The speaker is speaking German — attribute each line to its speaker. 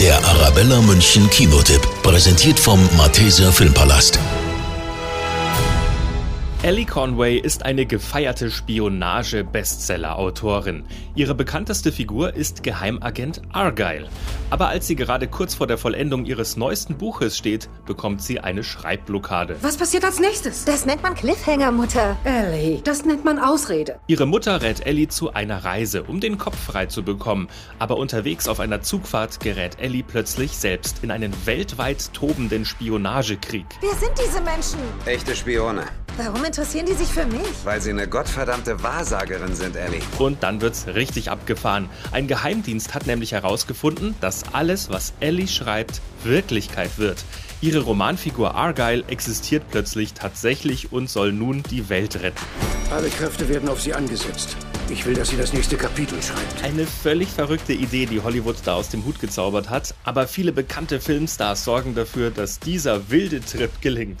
Speaker 1: Der Arabella München Kinotipp, präsentiert vom Malteser Filmpalast.
Speaker 2: Ellie Conway ist eine gefeierte Spionage-Bestseller-Autorin. Ihre bekannteste Figur ist Geheimagent Argyle. Aber als sie gerade kurz vor der Vollendung ihres neuesten Buches steht, bekommt sie eine Schreibblockade.
Speaker 3: Was passiert als nächstes?
Speaker 4: Das nennt man Cliffhanger, Mutter.
Speaker 3: Ellie. Das nennt man Ausrede.
Speaker 2: Ihre Mutter rät Ellie zu einer Reise, um den Kopf frei zu bekommen. Aber unterwegs auf einer Zugfahrt gerät Ellie plötzlich selbst in einen weltweit tobenden Spionagekrieg.
Speaker 4: Wer sind diese Menschen?
Speaker 5: Echte Spione,
Speaker 4: Warum interessieren die sich für mich?
Speaker 5: weil sie eine gottverdammte Wahrsagerin sind, Ellie.
Speaker 2: Und dann wird's richtig abgefahren. Ein Geheimdienst hat nämlich herausgefunden, dass alles, was Ellie schreibt, Wirklichkeit wird. Ihre Romanfigur Argyle existiert plötzlich tatsächlich und soll nun die Welt retten.
Speaker 6: Alle Kräfte werden auf sie angesetzt. Ich will, dass sie das nächste Kapitel schreibt.
Speaker 2: Eine völlig verrückte Idee, die Hollywood da aus dem Hut gezaubert hat, aber viele bekannte Filmstars sorgen dafür, dass dieser wilde Trip gelingt.